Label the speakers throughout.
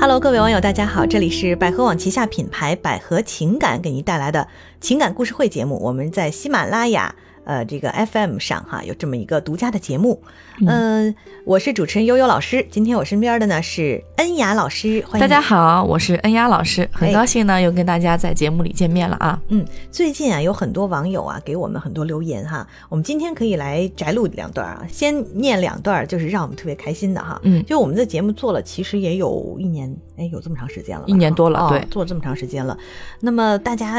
Speaker 1: Hello，各位网友，大家好，这里是百合网旗下品牌百合情感给您带来的情感故事会节目。我们在喜马拉雅呃这个 FM 上哈有这么一个独家的节目。嗯、我是主持人悠悠老师，今天我身边的呢是恩雅老师，欢迎哎
Speaker 2: 大家
Speaker 1: 你。
Speaker 2: 好，我是恩雅老师，很高兴呢又跟大家在节目里见面了啊。
Speaker 1: 最近啊有很多网友啊给我们很多留言哈，我们今天可以来摘录两段啊，先念两段，就是让我们特别开心的哈。
Speaker 2: 嗯
Speaker 1: 就我们的节目做了，其实也有一年，哎，有这么长时间了吧，
Speaker 2: 一年多了
Speaker 1: 哦
Speaker 2: 对
Speaker 1: 做了这么长时间了。那么大家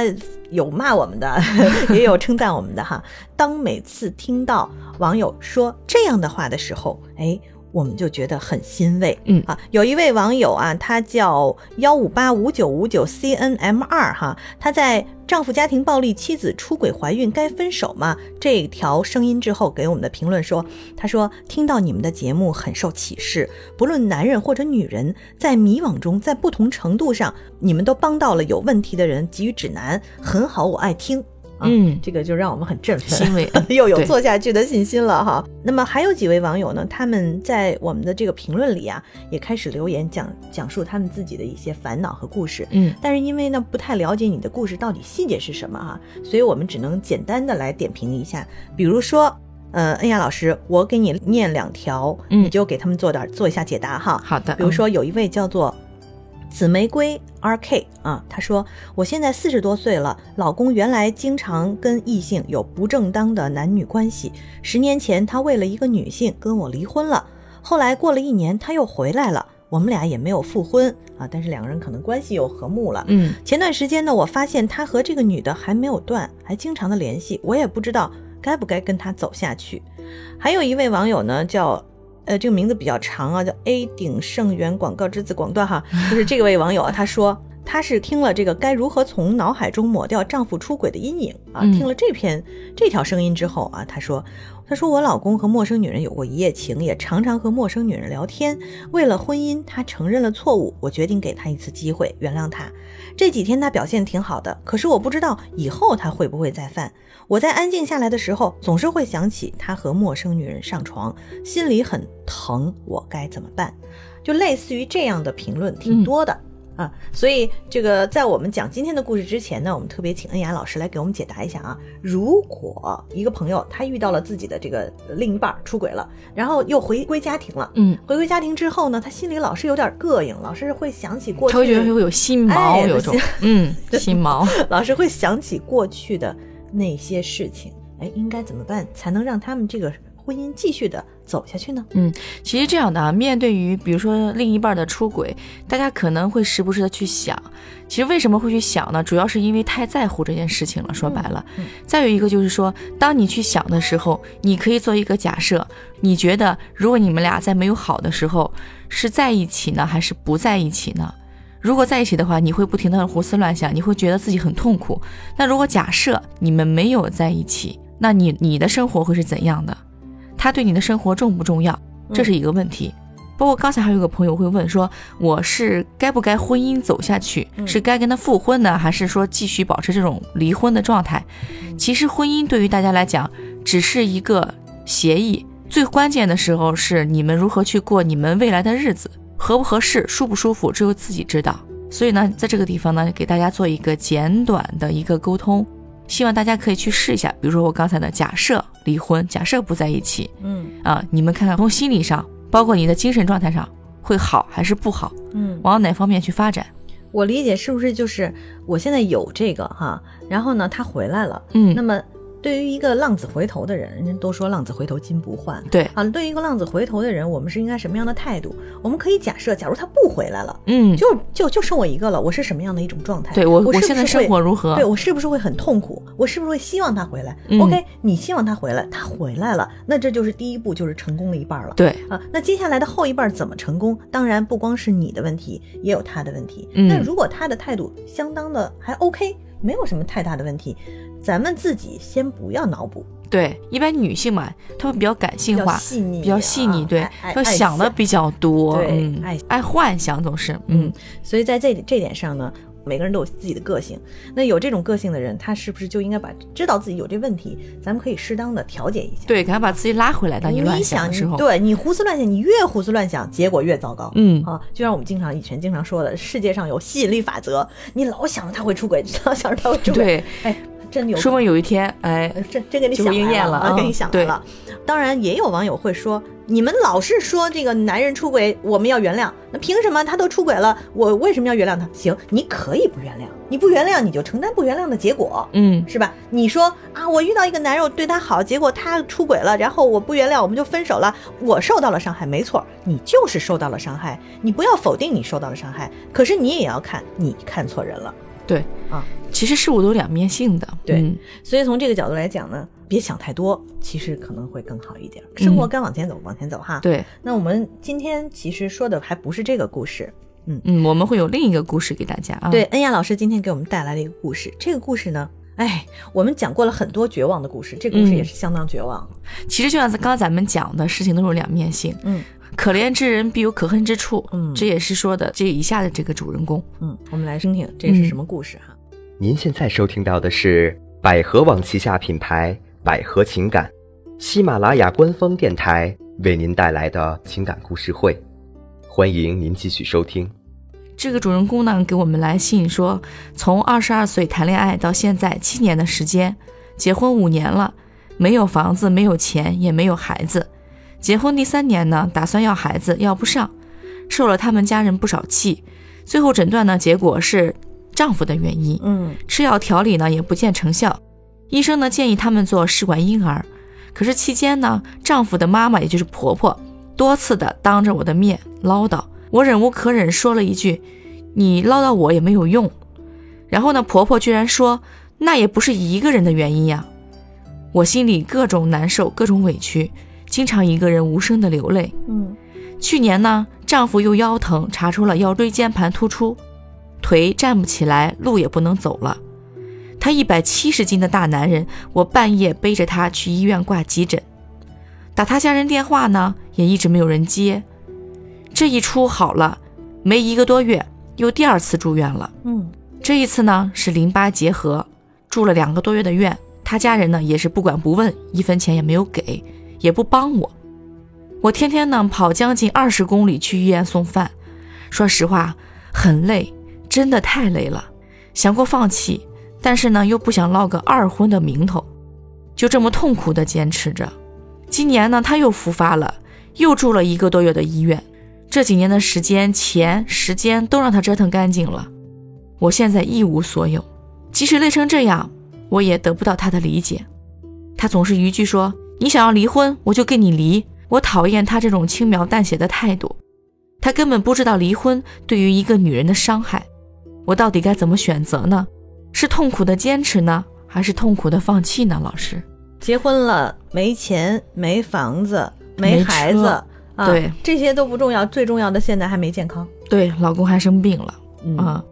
Speaker 1: 有骂我们的， 也有称赞我们的哈。当每次听到网友说这样的话的时候，哎。我们就觉得很欣慰，
Speaker 2: 嗯
Speaker 1: 啊，有一位网友啊，他叫幺五八五九五九 C N M 二哈，他在丈夫家庭暴力、妻子出轨、怀孕该分手吗这条声音之后给我们的评论说，他说听到你们的节目很受启示，不论男人或者女人，在迷惘中，在不同程度上，你们都帮到了有问题的人，给予指南，很好，我爱听。啊
Speaker 2: 嗯，
Speaker 1: 这个就让我们很振奋
Speaker 2: 欣。慰。
Speaker 1: 又有
Speaker 2: 对
Speaker 1: 做下去的信心了哈。那么还有几位网友呢，他们在我们的这个评论里啊，也开始留言讲讲述他们自己的一些烦恼和故事。
Speaker 2: 嗯，
Speaker 1: 但是因为呢不太了解你的故事到底细节是什么啊，所以我们只能简单的来点评一下。比如说，呃，恩雅老师，我给你念两条，
Speaker 2: 嗯
Speaker 1: 你就给他们做点做一下解答哈。
Speaker 2: 好的。嗯
Speaker 1: 比如说有一位叫做紫玫瑰 R K 啊，她说我现在四十多岁了，老公原来经常跟异性有不正当的男女关系，十年前他为了一个女性跟我离婚了，后来过了一年他又回来了，我们俩也没有复婚啊，但是两个人可能关系又和睦了。
Speaker 2: 嗯，
Speaker 1: 前段时间呢，我发现他和这个女的还没有断，还经常的联系，我也不知道该不该跟他走下去。还有一位网友呢，叫呃，这个名字比较长啊，叫 A 鼎盛元广告之子广段哈，就是这位网友啊，他说。他是听了这个该如何从脑海中抹掉丈夫出轨的阴影啊，
Speaker 2: 嗯
Speaker 1: 听了这篇这条声音之后啊，他说，他说我老公和陌生女人有过一夜情，也常常和陌生女人聊天。为了婚姻，他承认了错误，我决定给他一次机会，原谅他。这几天他表现挺好的，可是我不知道以后他会不会再犯。我在安静下来的时候，总是会想起他和陌生女人上床，心里很疼，我该怎么办？就类似于这样的评论挺多的。
Speaker 2: 嗯
Speaker 1: 啊，所以这个在我们讲今天的故事之前呢，我们特别请恩雅老师来给我们解答一下啊。如果一个朋友他遇到了自己的这个另一半儿出轨了，然后又回归家庭了，
Speaker 2: 嗯，
Speaker 1: 回归家庭之后呢，他心里老是有点膈应，老是会想起过
Speaker 2: 他会觉得
Speaker 1: 去，
Speaker 2: 会有心毛，
Speaker 1: 哎
Speaker 2: 有种
Speaker 1: 心
Speaker 2: 嗯心毛。
Speaker 1: 老是会想起过去的那些事情。哎，应该怎么办才能让他们这个婚姻继续的走下去呢？
Speaker 2: 其实这样的啊，面对于比如说另一半的出轨，大家可能会时不时的去想。其实为什么会去想呢？主要是因为太在乎这件事情了。说白了，
Speaker 1: 嗯
Speaker 2: 再有一个就是说，当你去想的时候，你可以做一个假设，你觉得如果你们俩在没有好的时候是在一起呢，还是不在一起呢？如果在一起的话，你会不停的胡思乱想，你会觉得自己很痛苦。那如果假设你们没有在一起，那你你的生活会是怎样的？他对你的生活重不重要？这
Speaker 1: 嗯
Speaker 2: 是一个问题。包括刚才还有一个朋友会问说，我是该不该婚姻走下去？
Speaker 1: 嗯
Speaker 2: 是该跟他复婚呢，还是说继续保持这种离婚的状态？其实婚姻对于大家来讲，只是一个协议，最关键的时候是你们如何去过你们未来的日子，合不合适，舒不舒服，只有自己知道。所以呢，在这个地方呢，给大家做一个简短的一个沟通，希望大家可以去试一下。比如说我刚才的假设离婚，假设不在一起，
Speaker 1: 嗯
Speaker 2: 啊，你们看看从心理上，包括你的精神状态上，会好还是不好，
Speaker 1: 嗯，
Speaker 2: 往哪方面去发展？
Speaker 1: 我理解是不是就是我现在有这个哈，然后呢他回来了，
Speaker 2: 嗯
Speaker 1: 那么对于一个浪子回头的人，人家都说浪子回头金不换。
Speaker 2: 对，
Speaker 1: 啊，对于一个浪子回头的人，我们是应该什么样的态度？我们可以假设，假如他不回来了，
Speaker 2: 嗯，
Speaker 1: 就就就剩我一个了，我是什么样的一种状态？
Speaker 2: 对我
Speaker 1: 我是不是
Speaker 2: 现在生
Speaker 1: 会
Speaker 2: 活如何
Speaker 1: 对？我是不是会很痛苦？我是不是会希望他回来、
Speaker 2: 嗯
Speaker 1: o k 你希望他回来，他回来了，那这就是第一步，就是成功的一半了。
Speaker 2: 对，
Speaker 1: 啊，那接下来的后一半怎么成功？当然不光是你的问题，也有他的问题。
Speaker 2: 嗯
Speaker 1: 那如果他的态度相当的还 OK，没有什么太大的问题，咱们自己先不要脑补，
Speaker 2: 对，一般女性嘛，她会比较感
Speaker 1: 比
Speaker 2: 性
Speaker 1: 较
Speaker 2: 化，
Speaker 1: 细腻啊，
Speaker 2: 比较细腻，对
Speaker 1: 爱，爱
Speaker 2: 要
Speaker 1: 爱
Speaker 2: 想的比较多，
Speaker 1: 对
Speaker 2: 嗯
Speaker 1: 爱，
Speaker 2: 爱幻想总是，嗯
Speaker 1: 所以在这这点上呢，每个人都有自己的个性。那有这种个性的人，他是不是就应该把知道自己有这问题，咱们可以适当的调节一下？
Speaker 2: 对，赶快把自己拉回来。当
Speaker 1: 你
Speaker 2: 乱
Speaker 1: 想
Speaker 2: 想的时候，
Speaker 1: 对你胡思乱想，你越胡思乱想，结果越糟糕。
Speaker 2: 嗯，
Speaker 1: 啊，就像我们经常以前经常说的，世界上有吸引力法则，你老想着他会出轨，老想着他会出轨，
Speaker 2: 对，
Speaker 1: 哎，真有可能
Speaker 2: 说不定有一天，哎，
Speaker 1: 这这给你
Speaker 2: 就
Speaker 1: 想
Speaker 2: 应
Speaker 1: 来
Speaker 2: 验了
Speaker 1: 啊，
Speaker 2: 嗯
Speaker 1: 给你想来
Speaker 2: 对
Speaker 1: 了。当然，也有网友会说，你们老是说这个男人出轨，我们要原谅，那凭什么他都出轨了，我为什么要原谅他？行，你可以不原谅，你不原谅你就承担不原谅的结果。
Speaker 2: 嗯，
Speaker 1: 是吧？你说啊，我遇到一个男人，我对他好，结果他出轨了，然后我不原谅，我们就分手了。我受到了伤害，没错，你就是受到了伤害，你不要否定你受到了伤害，可是你也要看你看错人了。
Speaker 2: 对，
Speaker 1: 啊，
Speaker 2: 其实事物都有两面性的，
Speaker 1: 对
Speaker 2: 嗯
Speaker 1: 所以从这个角度来讲呢，别想太多，其实可能会更好一点。生活该往前走，往前走哈。，
Speaker 2: 嗯对，
Speaker 1: 那我们今天其实说的还不是这个故事，
Speaker 2: 嗯，我们会有另一个故事给大家啊，
Speaker 1: 对，，恩雅老师今天给我们带来了一个故事，这个故事呢。哎，我们讲过了很多绝望的故事，这个故事
Speaker 2: 嗯
Speaker 1: 也是相当绝望。
Speaker 2: 其实就像刚刚咱们讲的事情都有两面性，
Speaker 1: 嗯
Speaker 2: 可怜之人必有可恨之处，
Speaker 1: 嗯
Speaker 2: 这也是说的这以下的这个主人公，
Speaker 1: 嗯，我们来听听这是什么故事哈、
Speaker 3: 您现在收听到的是百合网旗下品牌百合情感，喜马拉雅官方电台为您带来的情感故事会，欢迎您继续收听。
Speaker 2: 这个主人公呢给我们来信说，从二十二岁谈恋爱到现在七年的时间，结婚五年了，没有房子，没有钱，也没有孩子。结婚第三年呢，打算要孩子，要不上，受了他们家人不少气。最后诊断呢，结果是丈夫的原因。
Speaker 1: 嗯
Speaker 2: 吃药调理呢也不见成效。医生呢建议他们做试管婴儿，可是期间呢，丈夫的妈妈也就是婆婆多次的当着我的面唠叨，我忍无可忍，说了一句：“你唠叨我也没有用。”然后呢，婆婆居然说：“那也不是一个人的原因呀、我心里各种难受，各种委屈，经常一个人无声的流泪。
Speaker 1: 嗯
Speaker 2: 去年呢，丈夫又腰疼，查出了腰椎间盘突出，腿站不起来，路也不能走了。他一百七十斤的大男人，我半夜背着他去医院挂急诊，打他家人电话呢，也一直没有人接。这一出好了，没一个多月，又第二次住院了。
Speaker 1: 嗯
Speaker 2: 这一次呢是淋巴结核，住了两个多月的院，他家人呢也是不管不问，一分钱也没有给，也不帮我。我天天呢跑将近二十公里去医院送饭，说实话很累，真的太累了。想过放弃，但是呢又不想落个二婚的名头，就这么痛苦的坚持着。今年呢他又复发了，又住了一个多月的医院。这几年的时间、钱、时间都让他折腾干净了。我现在一无所有，即使累成这样，我也得不到他的理解。他总是一句说：“你想要离婚，我就跟你离。”我讨厌他这种轻描淡写的态度，他根本不知道离婚对于一个女人的伤害。我到底该怎么选择呢？是痛苦的坚持呢，还是痛苦的放弃呢？老师，
Speaker 1: 结婚了没钱没房子没
Speaker 2: 没
Speaker 1: 孩
Speaker 2: 车
Speaker 1: 子，啊、
Speaker 2: 对
Speaker 1: 这些都不重要，最重要的现在还没健康。
Speaker 2: 对，老公还生病了
Speaker 1: 嗯
Speaker 2: 啊、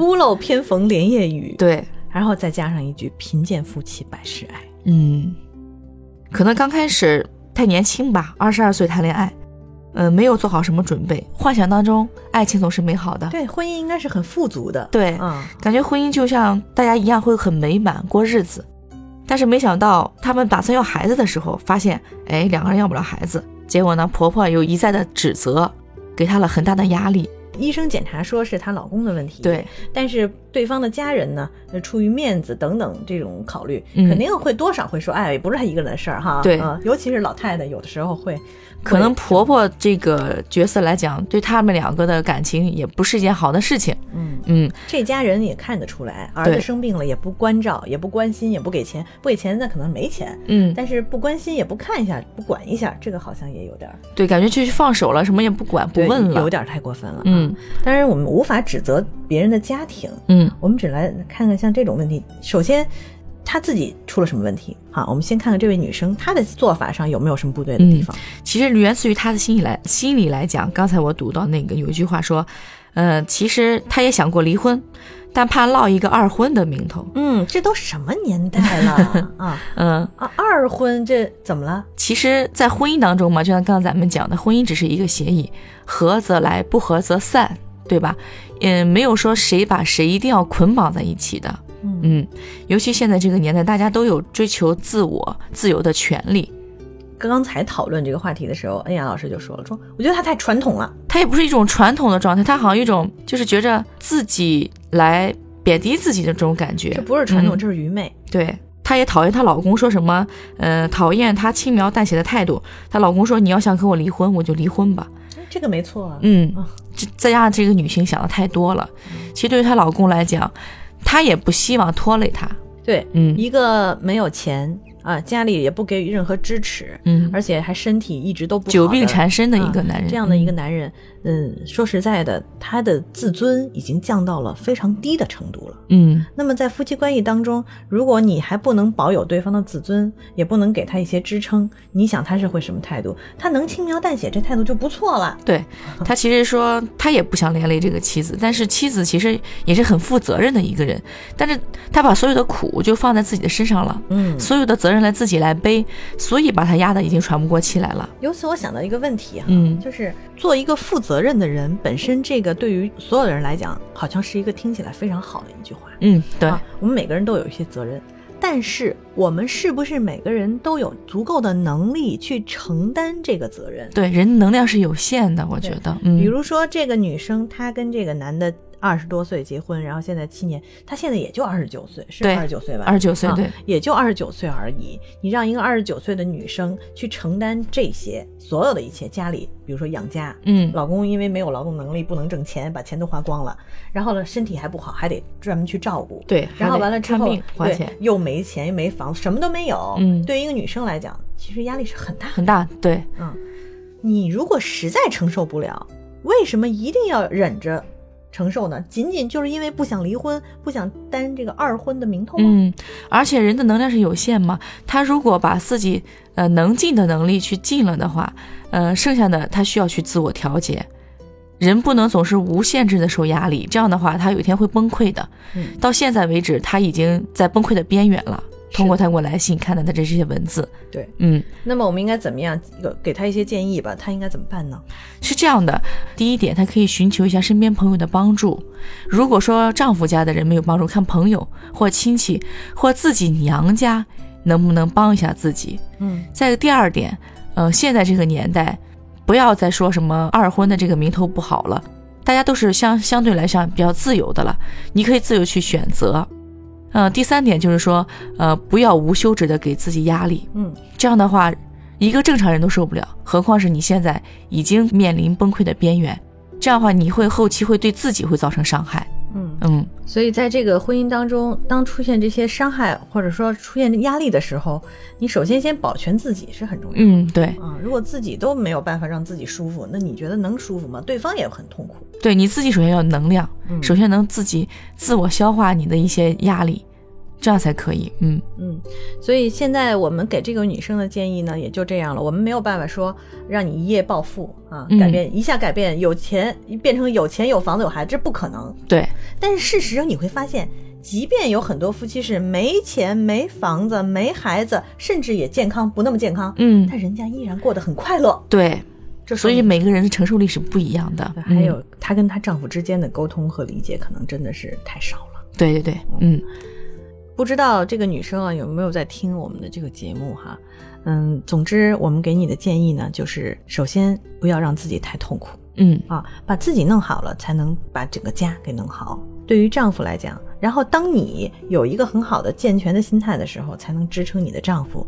Speaker 1: 屋漏偏逢连夜雨，，
Speaker 2: 对，
Speaker 1: 然后再加上一句“贫贱夫妻百事哀
Speaker 2: 嗯，可能刚开始太年轻吧，二十二岁谈恋爱，嗯、没有做好什么准备，幻想当中爱情总是美好”，的，
Speaker 1: 对，婚姻应该是很富足的。
Speaker 2: 对
Speaker 1: 嗯，
Speaker 2: 感觉婚姻就像大家一样会很美满过日子，但是没想到他们打算要孩子的时候，发现哎两个人要不了孩子，结果呢婆婆又一再的指责，给她了很大的压力，
Speaker 1: 医生检查说是她老公的问题，，
Speaker 2: 对
Speaker 1: 但是对方的家人呢，呃出于面子等等这种考虑，
Speaker 2: 嗯
Speaker 1: 肯定会多少会说，哎，也不是她一个人的事儿哈，
Speaker 2: 对
Speaker 1: 嗯尤其是老太太，有的时候会
Speaker 2: 可能婆婆这个角色来讲，对他们两个的感情也不是一件好的事情，
Speaker 1: 嗯，
Speaker 2: 嗯，
Speaker 1: 这家人也看得出来，儿子
Speaker 2: 对
Speaker 1: 生病了也不关照，也不关心，也不给钱，不给钱那可能没钱，
Speaker 2: 嗯，
Speaker 1: 但是不关心也不看一下，不管一下，这个好像也有点儿
Speaker 2: 对，感觉就是放手了，什么也不管不
Speaker 1: 对
Speaker 2: 问了，
Speaker 1: 有点儿太过分了。，
Speaker 2: 嗯
Speaker 1: 当然我们无法指责别人的家庭，
Speaker 2: 嗯
Speaker 1: 我们只来看看像这种问题，首先。她自己出了什么问题？好，我们先看看这位女生她的做法上有没有什么不对的
Speaker 2: 嗯
Speaker 1: 地方。
Speaker 2: 其实源自于他的心理来心理来讲，刚才我读到那个有一句话说，呃，其实他也想过离婚，但怕落一个二婚的名头。
Speaker 1: 嗯，这都什么年代了 啊
Speaker 2: 嗯、
Speaker 1: 啊！二婚这怎么了？
Speaker 2: 其实，在婚姻当中嘛，就像刚才咱们讲的，婚姻只是一个协议，合则来，不合则散。对吧？嗯，没有说谁把谁一定要捆绑在一起的。
Speaker 1: 嗯
Speaker 2: 嗯，尤其现在这个年代，大家都有追求自我自由的权利。
Speaker 1: 刚才讨论这个话题的时候，恩雅老师就说了，说我觉得他太传统了。
Speaker 2: 它也不是一种传统的状态，它好像一种就是觉着自己来贬低自己的这种感觉
Speaker 1: 这。不是传统，
Speaker 2: 嗯
Speaker 1: 这是愚昧。
Speaker 2: 对，她也讨厌她老公说什么，呃，讨厌她轻描淡写的态度。她老公说你要想跟我离婚，我就离婚吧。
Speaker 1: 这个没错啊。
Speaker 2: 嗯
Speaker 1: 啊，
Speaker 2: 这再加上这个女性想的太多了，其实对于她老公来讲，她也不希望拖累他。
Speaker 1: 对，
Speaker 2: 嗯
Speaker 1: 一个没有钱啊，家里也不给予任何支持，
Speaker 2: 嗯，
Speaker 1: 而且还身体一直都不好的
Speaker 2: 久病缠身的一个男人，
Speaker 1: 啊这样的一个
Speaker 2: 嗯
Speaker 1: 男人，嗯，说实在的，他的自尊已经降到了非常低的程度了。
Speaker 2: 嗯
Speaker 1: 那么在夫妻关系当中，如果你还不能保有对方的自尊，也不能给他一些支撑，你想他是会什么态度？他能轻描淡写，这态度就不错了。嗯
Speaker 2: 对他其实说他也不想连累这个妻子，但是妻子其实也是很负责任的一个人，但是他把所有的苦就放在自己的身上了，
Speaker 1: 嗯，
Speaker 2: 所有的责任来自己来背，所以把他压得已经喘不过气来了。
Speaker 1: 由此我想到一个问题啊，
Speaker 2: 嗯，
Speaker 1: 就是做一个负责任的人，本身这个对于所有的人来讲，好像是一个听起来非常好的一句话。
Speaker 2: 嗯，对，
Speaker 1: 啊，我们每个人都有一些责任，但是我们是不是每个人都有足够的能力去承担这个责任？
Speaker 2: 对，人能量是有限的，我觉得，嗯，
Speaker 1: 比如说，这个女生她跟这个男的二十多岁结婚，然后现在七年，她现在也就二十九岁，是
Speaker 2: 对
Speaker 1: 二十九岁吧？
Speaker 2: 二十九岁，
Speaker 1: 啊
Speaker 2: 对，
Speaker 1: 也就二十九岁而已。你让一个二十九岁的女生去承担这些所有的一切，家里比如说养家，
Speaker 2: 嗯，
Speaker 1: 老公因为没有劳动能力，不能挣钱，把钱都花光了，然后呢，身体还不好，还得专门去照顾。
Speaker 2: 对，
Speaker 1: 然后完了之
Speaker 2: 看
Speaker 1: 后，
Speaker 2: 病花
Speaker 1: 对
Speaker 2: 钱
Speaker 1: 又没钱，又没房，什么都没有。
Speaker 2: 嗯
Speaker 1: 对于一个女生来讲，其实压力是很大的。
Speaker 2: 很大，对，
Speaker 1: 嗯，你如果实在承受不了，为什么一定要忍着承受呢？仅仅就是因为不想离婚，不想担这个二婚的名头吗？
Speaker 2: 嗯，而且人的能量是有限嘛，他如果把自己呃能尽的能力去尽了的话，呃，剩下的他需要去自我调节。人不能总是无限制的受压力，这样的话，他有一天会崩溃的。
Speaker 1: 嗯
Speaker 2: 到现在为止，他已经在崩溃的边缘了。通过他给我来信看到的这些文字，
Speaker 1: 对。
Speaker 2: 嗯，
Speaker 1: 那么我们应该怎么样？有给他一些建议吧，他应该怎么办呢？
Speaker 2: 是这样的，第一点，她可以寻求一下身边朋友的帮助。如果说丈夫家的人没有帮助，看朋友或亲戚或自己娘家能不能帮一下自己。
Speaker 1: 嗯，
Speaker 2: 再第二点，呃，现在这个年代，不要再说什么二婚的这个名头不好了，大家都是相相对来讲比较自由的了，你可以自由去选择。呃，第三点就是说，呃，不要无休止的给自己压力，
Speaker 1: 嗯，
Speaker 2: 这样的话，一个正常人都受不了，何况是你现在已经面临崩溃的边缘，这样的话你会后期会对自己会造成伤害。
Speaker 1: 嗯，
Speaker 2: 嗯，
Speaker 1: 所以在这个婚姻当中，当出现这些伤害或者说出现压力的时候，你首先先保全自己是很重要的。
Speaker 2: 嗯，对，
Speaker 1: 啊，如果自己都没有办法让自己舒服，那你觉得能舒服吗？对方也很痛苦。
Speaker 2: 对，你自己首先要有能量，
Speaker 1: 嗯
Speaker 2: 首先能自己自我消化你的一些压力，这样才可以。嗯
Speaker 1: 嗯，所以现在我们给这个女生的建议呢，也就这样了。我们没有办法说让你一夜暴富啊，
Speaker 2: 嗯
Speaker 1: 改变一下改变有钱变成有钱有房子有孩子，这不可能。，
Speaker 2: 对，
Speaker 1: 但是事实上你会发现，即便有很多夫妻是没钱、没房子、没孩子，甚至也健康不那么健康，
Speaker 2: 嗯，
Speaker 1: 但人家依然过得很快乐。
Speaker 2: 对，
Speaker 1: 这说
Speaker 2: 所以
Speaker 1: 明
Speaker 2: 每个人的承受力是不一样的。
Speaker 1: 嗯还
Speaker 2: 嗯
Speaker 1: 有她跟她丈夫之间的沟通和理解，可能真的是太少了。
Speaker 2: 对对对，嗯，
Speaker 1: 不知道这个女生啊有没有在听我们的这个节目哈？嗯，总之我们给你的建议呢，就是首先不要让自己太痛苦
Speaker 2: 嗯
Speaker 1: 啊，把自己弄好了，才能把整个家给弄好。对于丈夫来讲，然后当你有一个很好的健全的心态的时候，才能支撑你的丈夫，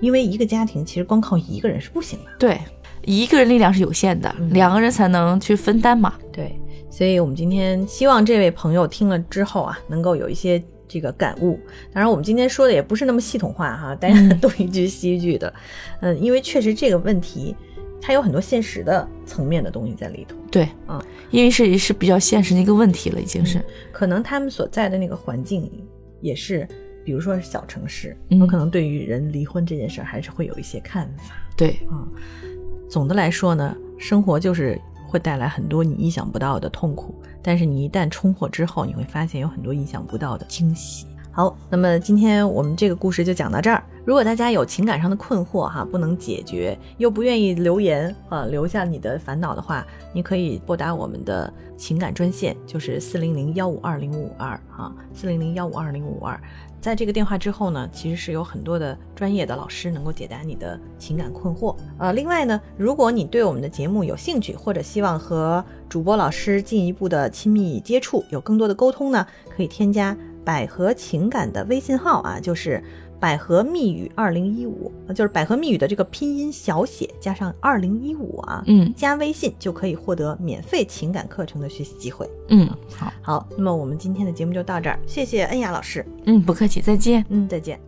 Speaker 1: 因为一个家庭其实光靠一个人是不行的。
Speaker 2: 对，一个人力量是有限的，
Speaker 1: 嗯
Speaker 2: 两个人才能去分担嘛。
Speaker 1: 对，所以我们今天希望这位朋友听了之后啊，能够有一些这个感悟。当然，我们今天说的也不是那么系统化哈，但 是东一句西一句的，嗯，因为确实这个问题，它有很多现实的层面的东西在里头。
Speaker 2: 对，
Speaker 1: 嗯，
Speaker 2: 因为是是比较现实的一个问题了，已经是，
Speaker 1: 可能他们所在的那个环境也是，比如说是小城市，
Speaker 2: 嗯
Speaker 1: 有可能对于人离婚这件事儿还是会有一些看法。
Speaker 2: 对，
Speaker 1: 总的来说呢，生活就是会带来很多你意想不到的痛苦，但是你一旦冲破之后，你会发现有很多意想不到的惊喜好，那么今天我们这个故事就讲到这儿。如果大家有情感上的困惑哈、不能解决，又不愿意留言啊、呃留下你的烦恼的话，你可以拨打我们的情感专线，就是四零零幺五二零五五二啊，四零零幺五二零五五二。在这个电话之后呢，其实是有很多的专业的老师能够解答你的情感困惑。呃，另外呢，如果你对我们的节目有兴趣，或者希望和主播老师进一步的亲密接触，有更多的沟通呢，可以添加百合情感的微信号啊，就是百合密语二零一五，呃就是百合密语的这个拼音小写加上二零一五啊，
Speaker 2: 嗯
Speaker 1: 加微信就可以获得免费情感课程的学习机会。
Speaker 2: 嗯，好，
Speaker 1: 好，那么我们今天的节目就到这儿，谢谢恩雅老师，
Speaker 2: 嗯，不客气，再见。
Speaker 1: 嗯，再见。